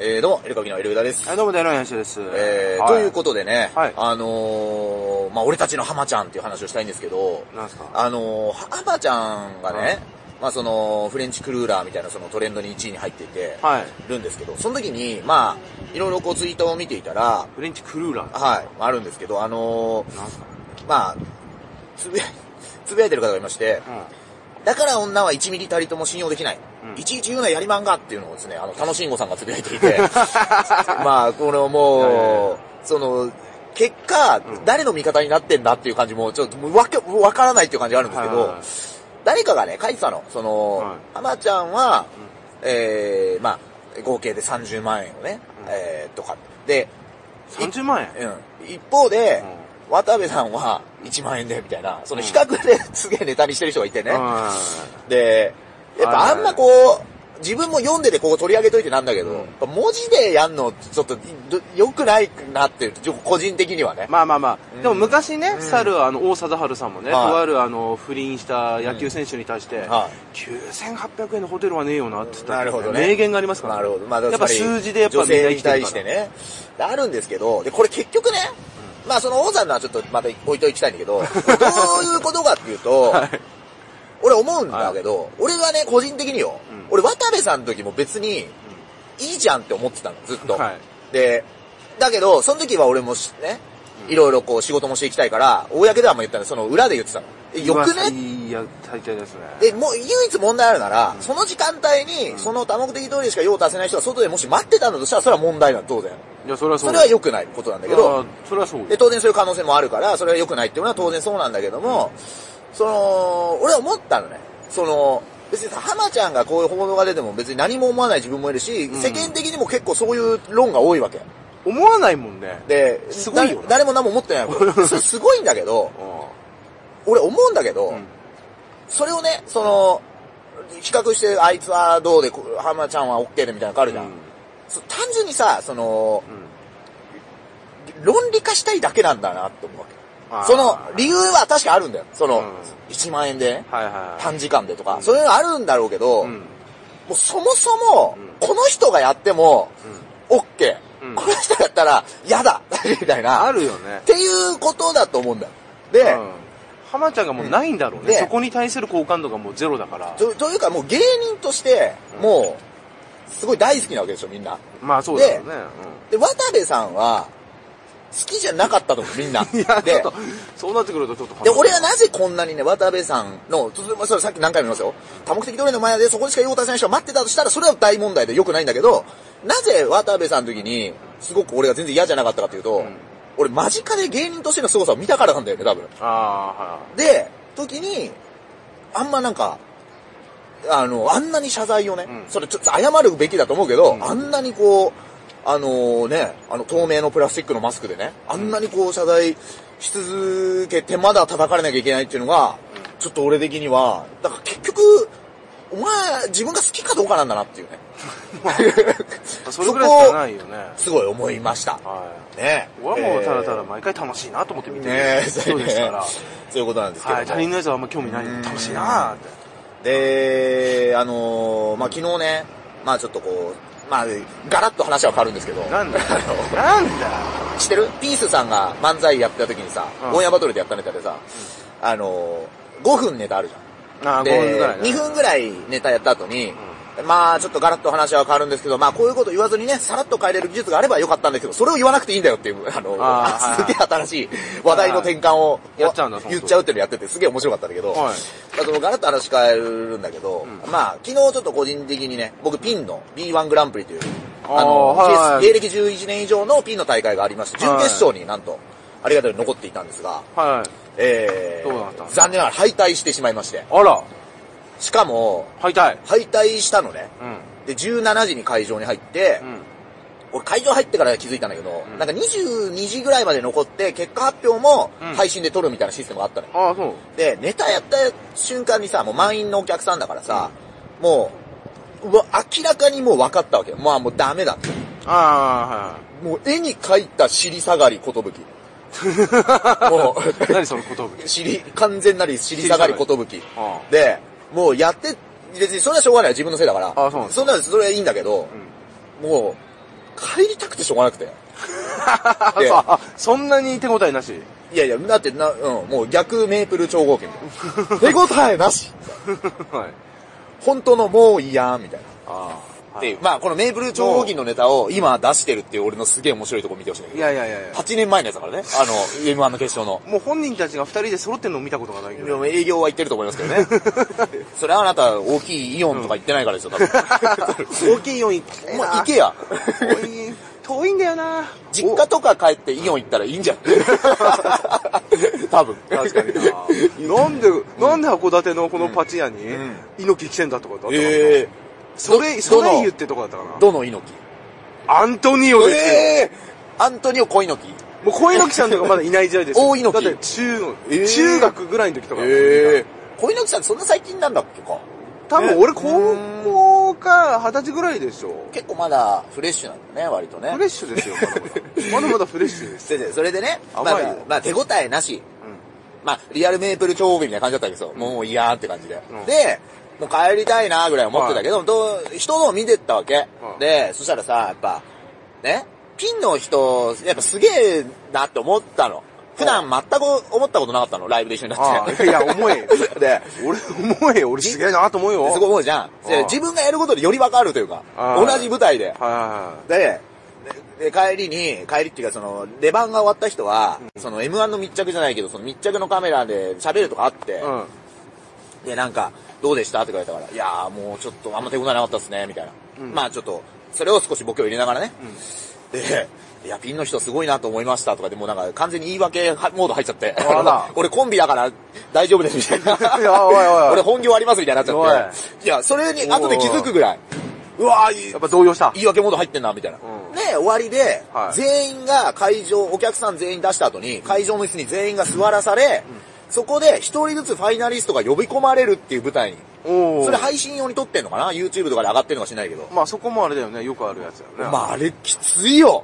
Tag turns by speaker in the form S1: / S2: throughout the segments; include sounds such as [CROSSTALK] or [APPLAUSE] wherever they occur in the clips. S1: えー、どうも、エルカギのエルウダです。
S2: はい、どうも、大のやんしです。
S1: えー
S2: は
S1: ということでね、
S2: はい
S1: あのー、まあ、俺たちのハマちゃんっていう話をしたいんですけど、
S2: なんですか
S1: あのー、ハマちゃんがね、
S2: はい
S1: まあ、その、フレンチクルーラーみたいなそのトレンドに1位に入っていて、
S2: はい。
S1: い、るんですけど、その時に、まあ、いろいろこうツイートを見ていたら、
S2: フレンチクルーラー。
S1: はい、あるんですけど、あのー、
S2: なんですか
S1: まあ、つぶや、つぶやいてる方がいまして、だから女は1ミリたりとも信用できない。
S2: うん
S1: いちいち言うなやりまんがっていうのをですね、あの、楽しんごさんがつぶやいていて、
S2: [LAUGHS]
S1: [LAUGHS] まあ、このもう、その、結果、
S2: うん
S1: 誰の味方になってんだっていう感じも、ちょっともうわけ、わからないっていう感じがあるんですけど、誰かがね、書いてたの。その、
S2: はい
S1: ハマちゃんは、えー、まあ、合計で30万円をね、
S2: うん
S1: えー、とか。で、
S2: ど。30万円
S1: うん。一方で、
S2: う
S1: 渡部さんは1万円で、みたいな、その比較ですげえネタにしてる人がいてね。
S2: うん
S1: で、やっぱあんまこう、自分も読んでてこう取り上げといてなんだけど、
S2: うん
S1: やっぱ文字でやんのちょっとど良くないなっていう、ちょ個人的にはね。
S2: まあまあま
S1: うん
S2: あ。でも昔ね
S1: う、ん
S2: 猿、あの、大貞治さんもね、
S1: はい
S2: とあるあの、不倫した野球選手に対して、
S1: は
S2: 9800円のホテルはねえよなって言った
S1: なるほどね
S2: 名言がありますから
S1: な
S2: ね。
S1: るほど。まあ、
S2: やっぱ数字でやっぱ
S1: 女
S2: みんな
S1: 性
S2: 生
S1: に
S2: きてる
S1: 対
S2: か
S1: して
S2: ら。
S1: ね。あるんですけど、で、これ結局ね、まあその王さんのはちょっとまた置いといきたいんだけ
S2: [LAUGHS]
S1: ど、どういうことかっていうと、
S2: はい
S1: 俺思うんだけど、俺はね、個人的によ、
S2: うん
S1: 俺渡部さんの時も別に、いいじゃんって思ってたの、ずっと。
S2: はい。
S1: で、だけど、その時は俺もしね、
S2: うん
S1: いろいろこう仕事もしていきたいから、公ではあんま言ったの、その裏で言ってたの。えよくね
S2: いや、大体ですね。
S1: で、もう唯一問題あるなら、その時間帯
S2: う
S1: に、
S2: ん
S1: その多目的通りしか用を足せない人は外でもし待ってたんだとしたら、それは問題なの、当然。
S2: いや、それはそう
S1: それは良くないことなんだけど
S2: あ、ーそれはそう
S1: で、当然そういう可能性もあるから、それは良くないっていうのは当然そうなんだけども、その、俺は思ったのね。その、別にさ、浜ちゃんがこういう報道が出ても別に何も思わない自分もいるし、
S2: ん
S1: 世間的にも結構そういう論が多いわけ。
S2: 思わないもんね。
S1: で、
S2: すごいよな
S1: だ誰も何も思ってないわ
S2: [LAUGHS]
S1: け。それすごいんだけど、
S2: う
S1: 俺思うんだけど、
S2: んうん
S1: それをね、その、比較して、あいつはどうで、こ浜ちゃんは OK でみたいなのがあるじゃん。
S2: うん
S1: そ単純にさ、その、
S2: うん
S1: 論理化したいだけなんだなって思うわけ。
S2: あー
S1: その、理由は確かあるんだよ。その、
S2: うん
S1: 1万円でね、
S2: はいはいはい。
S1: 短時間でとか、
S2: うん
S1: そういうのあるんだろうけど、
S2: うん
S1: もうそもそも、
S2: うん
S1: この人がやっても、OK。
S2: うん
S1: この人がやったら、嫌だ [LAUGHS] みたいな。
S2: あるよね
S1: っ。ていうことだと思うんだよ。で、
S2: うん浜ちゃんがもうないんだろう
S1: で
S2: ね。そこに対する好感度がもうゼロだから。
S1: とというかもう芸人として、
S2: うん
S1: もう、すごい大好きなわけでしょ、みんな。
S2: まあそうだよね。
S1: で、渡部さんは、好きじゃなかったと思う、みんな。
S2: [LAUGHS] うんいや、ちょっ
S1: で
S2: と、、そうなってくるとちょっと。
S1: で、俺はなぜこんなにね、渡部さんの、ちょっとまあそれさっき何回も言いますよ。多目的通りの前でそこにしか用達ない人が待ってたとしたら、それは大問題で良くないんだけど、なぜ渡部さんの時に、すごく俺が全然嫌じゃなかったかというと、
S2: うん
S1: 俺間近で芸人としての凄さを見たからなんだよね、多分。
S2: ああ、はい。
S1: で、時に、あんまなんか、あの、あんなに謝罪をね、
S2: うん
S1: それちょっと謝るべきだと思うけど、
S2: うん
S1: あんなにこう、あのね、あの透明のプラスチックのマスクでね、あんなにこう謝罪し続けてまだ叩かれなきゃいけないっていうのが、
S2: うん
S1: ちょっと俺的には、だから結局、お前自分が好きかどうかなんだなって
S2: [LAUGHS]
S1: いうね、
S2: それぐらいしかないよね。
S1: すごい思いました。
S2: は
S1: ね
S2: い。俺はもうただただ毎回楽しいなと思って見て
S1: ね
S2: る。
S1: そ
S2: そうう
S1: ね
S2: ですから。
S1: そういうことなんですけども。
S2: はい。他人のやつはあんま興味ないの
S1: うん
S2: に楽しいなーって。
S1: で、あのー、まあ、昨日ね、まあ、ちょっとこう、まあ、ガラッと話は変わるんですけど、
S2: なんだよ
S1: [LAUGHS] あ
S2: なんだよ
S1: の知ってるピースさんが漫才やった時にさ、
S2: うん
S1: オンエアバトルでやったネタでさ、あのー、5分ネタあるじゃん。
S2: ああ、
S1: で、
S2: 5分ぐらいね。
S1: 2分ぐらいネタやった後に、まあちょっとガラッと話は変わるんですけど、まあこういうこと言わずにね、さらっと変えれる技術があればよかったんですけど、それを言わなくていいんだよっていう、あの、
S2: あー
S1: すげえ新しい話題の転換を
S2: いやっちゃうんだその
S1: 言っちゃうっていうのやってて、すげえ面白かったんだけど、
S2: はい
S1: まあそのガラッと話変えるんだけど、
S2: う
S1: まあ昨日ちょっと個人的にね、僕ピンの B1 グランプリという、
S2: あー
S1: あの、
S2: はい
S1: 芸歴11年以上のピンの大会がありまして、準
S2: はい
S1: 決勝になんと、ありがたいに残っていたんですが、
S2: はい。
S1: え
S2: どうだった
S1: ー、残念ながら敗退してしまいまして、
S2: あら、
S1: しかも、
S2: 敗退。
S1: 敗退したのね。
S2: う
S1: で、
S2: ん。
S1: 17時に会場に入って、
S2: うん。
S1: 俺会場入ってから気づいたんだけど、
S2: うん
S1: なんか22時ぐらいまで残って、結果発表も
S2: うん
S1: 配信で撮るみたいなシステムがあったのよ。
S2: ああ、そう。
S1: で、ネタやった瞬間にさ、もう満員のお客さんだからさ、もう、うわ、明らかにもう分かったわけよ。まあもうダメだって。
S2: ああ、はい。
S1: もう絵に描いた尻下がり
S2: [LAUGHS]
S1: ことぶき。も [LAUGHS] う、
S2: 何その言葉
S1: 尻、完全なり尻下がりことぶき。
S2: あ
S1: で、もうやって、別にそれはしょうがない。自分のせいだから。
S2: あそうなんです
S1: そんなのそれはいいんだけど、
S2: あ。うん。
S1: もう、帰りたくてしょうがなくて。
S2: あそうあそんなに手応えなし。
S1: いやいや、だってな、うん、もう逆メープル超合
S2: [LAUGHS]
S1: 金。手応えなし
S2: はい。
S1: 本当のもういいやみたいな。
S2: ああ。
S1: っていう。まあ、このメープル超合金のネタを今出してるっていう俺のすげえ面白いとこ見てほしいんだけ
S2: い
S1: ど。
S2: やいやいやいや。
S1: 8年前のやつだからね。あの、M1 の決勝の。
S2: もう本人たちが二人 [LAUGHS] で揃ってるのを見たことがないけ
S1: で
S2: ど。
S1: も営業は行ってると思いますけど
S2: [LAUGHS]
S1: ね。それはあなた大きいイオンとか行ってないからですよ、多分。
S2: 大きいように行きた
S1: [LAUGHS]
S2: い
S1: もう
S2: な
S1: 行けや。
S2: 遠い遠いんだよな
S1: 実家とか帰ってイオン行ったらいいんじゃ
S2: [LAUGHS]
S1: ん。多分。
S2: 確かにななんで、なんで函館のこのパチ屋に
S1: ん、
S2: 猪木来てんだとかだったかな
S1: ええ
S2: それ、
S1: ど
S2: そ
S1: ど
S2: れ
S1: の
S2: 言ってとかだったかな
S1: どの猪
S2: アントニオ
S1: 木
S2: ですよ。
S1: えーアントニオ小猪木
S2: もう小猪木さんとかまだいない時代ですよ。
S1: 大猪木
S2: だって中の、
S1: えー
S2: 中学ぐらいの時とか。
S1: ええ小猪木さんそんな最近なんだっけか
S2: 多分俺高
S1: うん
S2: 校か二十歳ぐらいでしょ。
S1: 結構まだフレッシュなんだね、割とね。
S2: フレッシュですよ、まだまだ。まだまだフレッシュ
S1: [LAUGHS]
S2: です。
S1: 先生、それでね、まあ
S2: 甘いよ
S1: まあ手応えなし。まあ、リアルメープル超合金みたいな感じだったんですよ。もういやーって感じで。
S2: うん
S1: で、もう帰りたいなーぐらい思ってたけど、どう人のを見てったわけ。
S2: うん
S1: で、そしたらさ、やっぱ、ね、ピンの人、やっぱすげえなって思ったの。普段全く思ったことなかったの、ライブで一緒にな
S2: あ
S1: っ
S2: あ、
S1: て。
S2: いや、重い。
S1: [LAUGHS] で、
S2: 俺、重いよ。俺すげえなと思うよ。
S1: すごい思うじゃん。
S2: う
S1: で
S2: ん
S1: 自分がやることでよりわかるというか、
S2: うん
S1: 同じ舞台で。
S2: はいは
S1: で、でで帰りに、帰りっていうかその、出番が終わった人は、その M1 の密着じゃないけど、その密着のカメラで喋るとかあって、
S2: いはい。
S1: で、なんか、どうでしたって言われたから、いやーもうちょっとあんま手応えなかったっすね、みたいな。
S2: うん
S1: まあちょっと、それを少しボケを入れながらね。
S2: ん
S1: で、いや、ピンの人すごいなと思いましたとかでもうなんか完全に言い訳はモード入っちゃって
S2: あら、
S1: [LAUGHS] 俺コンビだから大丈夫ですみたいな。
S2: いや [LAUGHS] おいおいおい
S1: 俺本業ありますみたいになっちゃって。いや、それに後で気づくぐらい。うわー、いい
S2: うん。やっぱ動揺した。
S1: 言い訳モード入ってんな、みたいな。
S2: うん
S1: で、終わりで、
S2: はい
S1: 全員が会場、お客さん全員出した後に、会場の椅子に全員が座らされ、そこで一人ずつファイナリストが呼び込まれるっていう舞台に。
S2: おー
S1: それ配信用に撮ってんのかな ?YouTube とかで上がってるのかしないけど。
S2: まあそこもあれだよね。よくあるやつだよね。
S1: まあ、あれきついよ。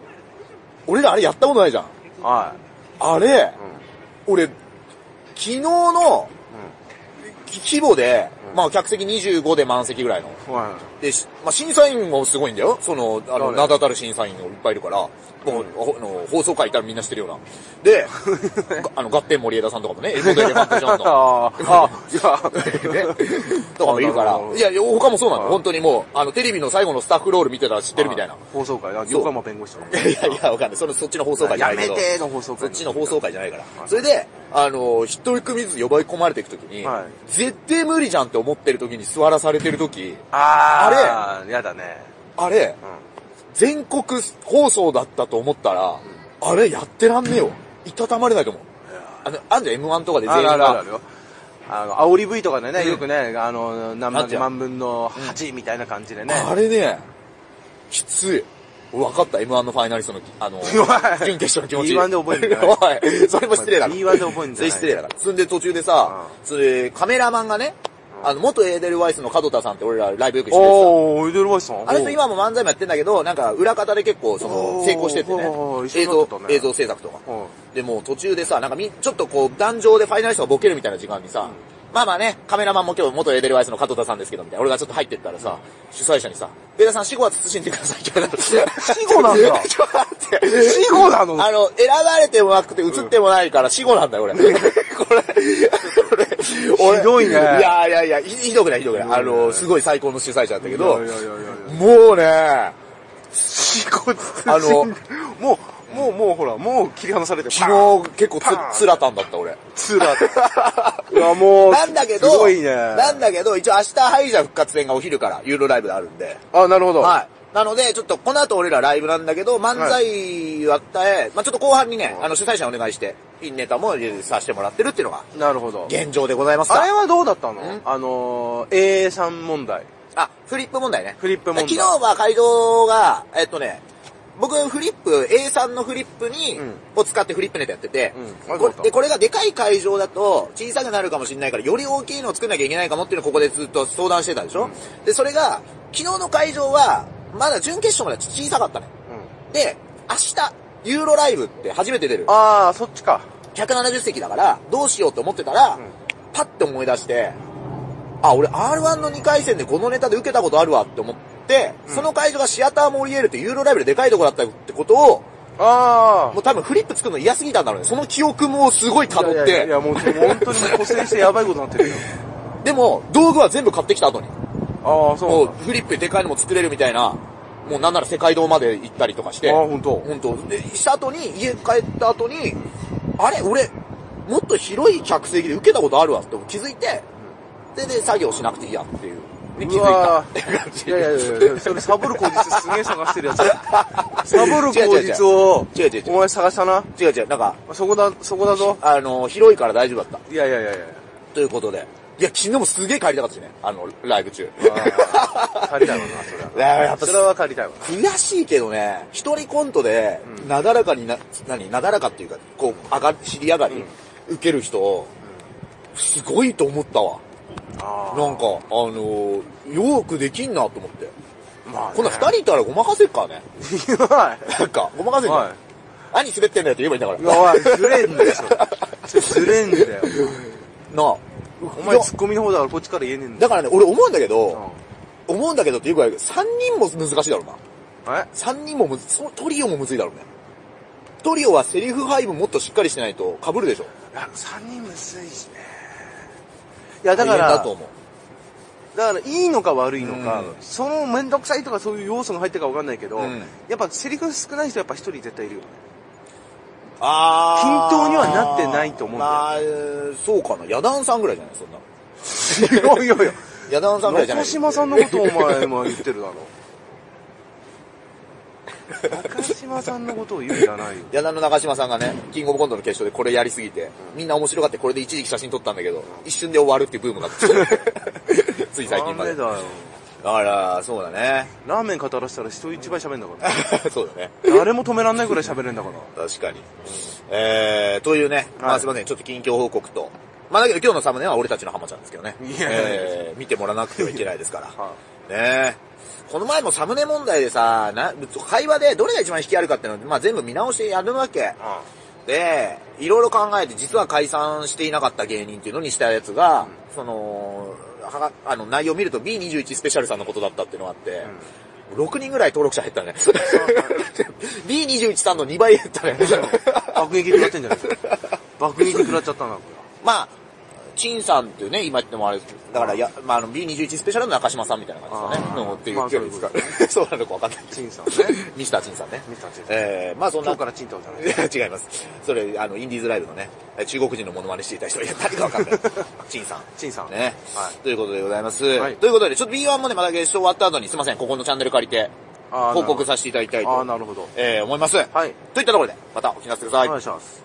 S1: 俺らあれやったことないじゃん。
S2: あ。は
S1: あれ
S2: い。、うん。うん。
S1: 俺、昨日の規模で、
S2: うん
S1: まあ客席25で満席ぐらいの。
S2: は
S1: で、しまあ、審査員もすごいんだよ。その、あの、
S2: 誰
S1: 名だたる審査員がいっぱいいるから、もう、ほあの放送会いたらみんな知ってるような。
S2: [LAUGHS]
S1: で、があの、ガッテン森枝さんとかもね、エモデレマンタジョンの。
S2: い。ああ、あ
S1: [LAUGHS]
S2: いや、
S1: ね、とかもいるか
S2: な
S1: ら
S2: るほ。ど
S1: いや、いや他もそうなの。
S2: はい
S1: 本当にもう、あの、テレビの最後のスタッフロール見てたら知ってるみたいな。
S2: 放送会、あ横浜弁護士とかも
S1: いやいやいや、わかんない。その、そっちの放送会じゃないけど。
S2: やめてーの放送会
S1: そっちの放送会じゃないから。それで、あの、一人組ずつ呼ばれ込まれていくときに、
S2: はい
S1: 絶対無理じゃんって思ってるときに座らされてるとき、
S2: あーあれやだね。
S1: あれ、全国放送だったと思ったら、あれやってらんねえよ。いたたまれないと思う。あの、あんじゃん M1 とかで
S2: あ
S1: 全員
S2: るあるあ
S1: が
S2: る。よ。あの、煽り V とかで
S1: う
S2: ね、
S1: ん
S2: よくね、あの、何
S1: なんてや
S2: 万万分の8みたいな感じでね。
S1: あれね、きつい。俺分かった、M1 のファイナリストの、あ
S2: [LAUGHS]
S1: の、
S2: い
S1: 準決勝の気持ち。
S2: B1 で覚えるんじ
S1: [LAUGHS]
S2: ゃ
S1: おいそれも失礼だろ。
S2: B1 で覚えるんじゃな
S1: それ
S2: い
S1: 失礼だから。そんで途中でさ、それ、カメラマンがね、あの、元エーデルワイスの角田さんって俺らライブよくしててさ、
S2: おー、エデルワイスさん。
S1: あれと
S2: おー
S1: 今も漫才もやってんだけど、なんか裏方で結構その成功してってね
S2: おー、
S1: 映
S2: 一緒にな
S1: 像
S2: ってたね、
S1: 映像制作とか。
S2: お
S1: で、もう途中でさ、なんかみ、ちょっとこう、壇上でファイナリストがボケるみたいな時間にさ、まあまあね、カメラマンも今日元エーデルワイスの加藤田さんですけど、みたいな。俺がちょっと入ってったらさ、主催者にさ、上田さん死後は慎んでくださいって言われた。死
S2: 後なんだ
S1: [LAUGHS] ちょっと待って。
S2: い死後なの
S1: あの、選ばれてもなくて映ってもないから死後なんだよ、俺。これ、俺、俺
S2: ひどいね
S1: いやいやいや、ひひどくないひどくない。
S2: ひどい
S1: あ
S2: ね
S1: の、すごい最高の主催者だったけど
S2: いやいやいやいや、
S1: もうね、
S2: 死後っつって
S1: あの
S2: もう、もう、もうほら、もう切り離されてる。
S1: 昨日結構
S2: パーン
S1: つ、つらたんだった、俺。
S2: つら。いや、もう、
S1: なんだけど、
S2: すごいね。
S1: なんだけど、一応明日ハイジャ復活戦がお昼からユーロライブであるんで。
S2: あ、なるほど。
S1: はい。なので、ちょっとこの後俺らライブなんだけど、漫才はったえ、まあちょっと後半にね、あの主催者お願いして、いいネタも入れさせてもらってるっていうのが
S2: なるほど。
S1: 現状でございます
S2: あ
S1: か
S2: れ。はどうだったの
S1: ん
S2: あのー、A3 問題。
S1: あ、フリップ問題ね。
S2: フリップ問題
S1: 昨日は会場が、えっとね、僕フリップ、A さんのフリップに、
S2: うん
S1: を使ってフリップネタやってて、
S2: うんあ
S1: こ
S2: そうだ
S1: で、これがでかい会場だと小さくなるかもしれないから、より大きいのを作んなきゃいけないかもっていうのをここでずっと相談してたでしょ、で、それが、昨日の会場は、まだ準決勝まで小さかったね。で、明日、ユーロライブって初めて出る。
S2: ああ、そっちか。
S1: 170席だから、どうしようと思ってたら、
S2: ん
S1: パッて思い出して、あ、俺 R1 の2回戦でこのネタで受けたことあるわって思っって、
S2: うん
S1: その会場がシアターモリエールってユーロライブででかいとこだったってことを、
S2: あ
S1: もう多分フリップ作るの嫌すぎたんだろうね。その記憶もすごい
S2: あ。
S1: 辿っ
S2: いやいやい
S1: て、
S2: や、もう、もう本当に補正してやばいことになってるよ。
S1: でも道具は全部買ってきた後に、
S2: ああ、そ
S1: も
S2: う
S1: うフリップでかいのも作れるみたいな、もうなんなら世界堂まで行ったりとかして、
S2: ああ、本当。
S1: 本当で、した後に、家帰った後に、あれ俺、もっと広い客席で受けたことあるわって気づいて、で、で、作業しなくていいやっていう。で、気づいたっていう感じ。
S2: いやいやいやいや、それサボる口実すげえ探してるやつ。 [LAUGHS] サボる口実を、
S1: 違う違う違う違う違う違う
S2: お前探したな。
S1: 違う違う、なんか、
S2: そこだ、そこだぞ。
S1: あの、広いから大丈夫だった。
S2: いやいやいやいや。
S1: ということで。いや、昨日もすげえ帰りたかったしね。あの、ライブ中。
S2: 借りたいわな、それ
S1: い
S2: は。
S1: ややっぱ
S2: それは借りたいわな。
S1: 悔しいけどね、一人コントで、
S2: うん
S1: なだらかにな、何、なだらかっていうか、こう、上がり、尻上がり、受ける人、すごいと思ったわ。
S2: あー
S1: なんか、あのー、よくできんなと思って。
S2: まあね、
S1: こんな
S2: [LAUGHS]
S1: 二人いたらごまかせっからね。なんか、ごまかせんじゃん。
S2: はい
S1: 何滑ってんだよって言えばいいんだから。
S2: おい、ずれんだよ、それずれんだよ。
S1: なあ。
S2: お前
S1: いや
S2: ツッコミの方だからこっちから言えねえんだ
S1: だ
S2: よ。
S1: からね、俺思うんだけ
S2: う
S1: ど、思うんだけどっていうか、三人も難しいだろうな。
S2: んえ
S1: 三人もむず、そのトリオもむずいだろうね。トリオはセリフ配分もっとしっかりしてないと被るでしょ。
S2: いや三人むずいしね。いや、だ
S1: 大
S2: か
S1: 変
S2: ら、
S1: だ
S2: だ
S1: と
S2: か
S1: 思う。
S2: らいいのか悪いのか、
S1: うん
S2: そのめんどくさいとかそういう要素が入ってるかわかんないけど、
S1: うん
S2: やっぱセリフ少ない人やっぱ一人絶対いるよね。
S1: あ
S2: ー均等にはなってないと思うんだよ
S1: まあ、えーそうかな。ヤダンさんぐらいじゃないそんな。
S2: いやいやいや。
S1: ヤダンさんぐらいじゃない
S2: 中島さんのことをお前も言ってるだろ。中島さんのことを言うんじゃないよ。
S1: 矢田の中島さんがね、キングオブコントの決勝でこれやりすぎて、みんな面白がってこれで一時期写真撮ったんだけど、一瞬で終わるっていうブームがあって、 [LAUGHS] つい最近まで。
S2: ダメだよ。
S1: あら、そうだね。 [LAUGHS]
S2: ラーメン語らせたら人一倍喋んだから。
S1: そうだね。
S2: 誰も止めらんないぐらい喋れん
S1: [LAUGHS]
S2: だから。
S1: 確かに。えー、というね、ま
S2: は
S1: あ
S2: い
S1: すいません、ちょっと近況報告と。まあだけど今日のサムネは俺たちの浜ちゃんですけど [LAUGHS] ね。
S2: いやいやいや
S1: えー、見てもらわな [LAUGHS] くてはいけないですから。
S2: は
S1: ねえ。この前もサムネ問題でさ、な、会話でどれが一番引きあるかっていうのを、まあ全部見直してやるわけ。で、いろいろ考えて、実は解散していなかった芸人っていうのにしたやつが、その、はあの、内容を見ると B21 スペシャルさんのことだったっていうのがあって、6人ぐらい登録者減ったね。B21 さんの2倍減ったね。
S2: 爆撃食らってんじゃない爆撃食らっちゃったな、こ
S1: [LAUGHS] まあ、陳さんっていうね、今言ってもあれですけどだからや、まあ、あの B21 スペシャルの中島さんみたいな感じですよ
S2: あ
S1: ね。
S2: ー
S1: うんってい
S2: ま
S1: う
S2: あ
S1: 距離ですか
S2: そういう
S1: ら。 [LAUGHS] そうなのかわかんない
S2: れ。
S1: けど。
S2: チンさんね。
S1: ミスター陳さんね。
S2: ミスターチンさん
S1: えー、まあそんな。
S2: 今日からチンとじゃない
S1: いや [LAUGHS] 違います。それ、あの、インディーズライブのね、中国人のモノマネしていた人、いや、誰かわか
S2: [LAUGHS]
S1: んない。陳さん。
S2: チンさん。
S1: ね。
S2: はい。
S1: ということでございます。
S2: はい
S1: ということで、ちょっと B1 もね、まだ決勝終わった後に、すいません、ここのチャンネル借りて、
S2: あー
S1: 報告させていただきたい
S2: ああ、
S1: と、
S2: なるほど。
S1: えー、思います。
S2: はい。
S1: といったところで、またお聞きなさい。
S2: お願いします。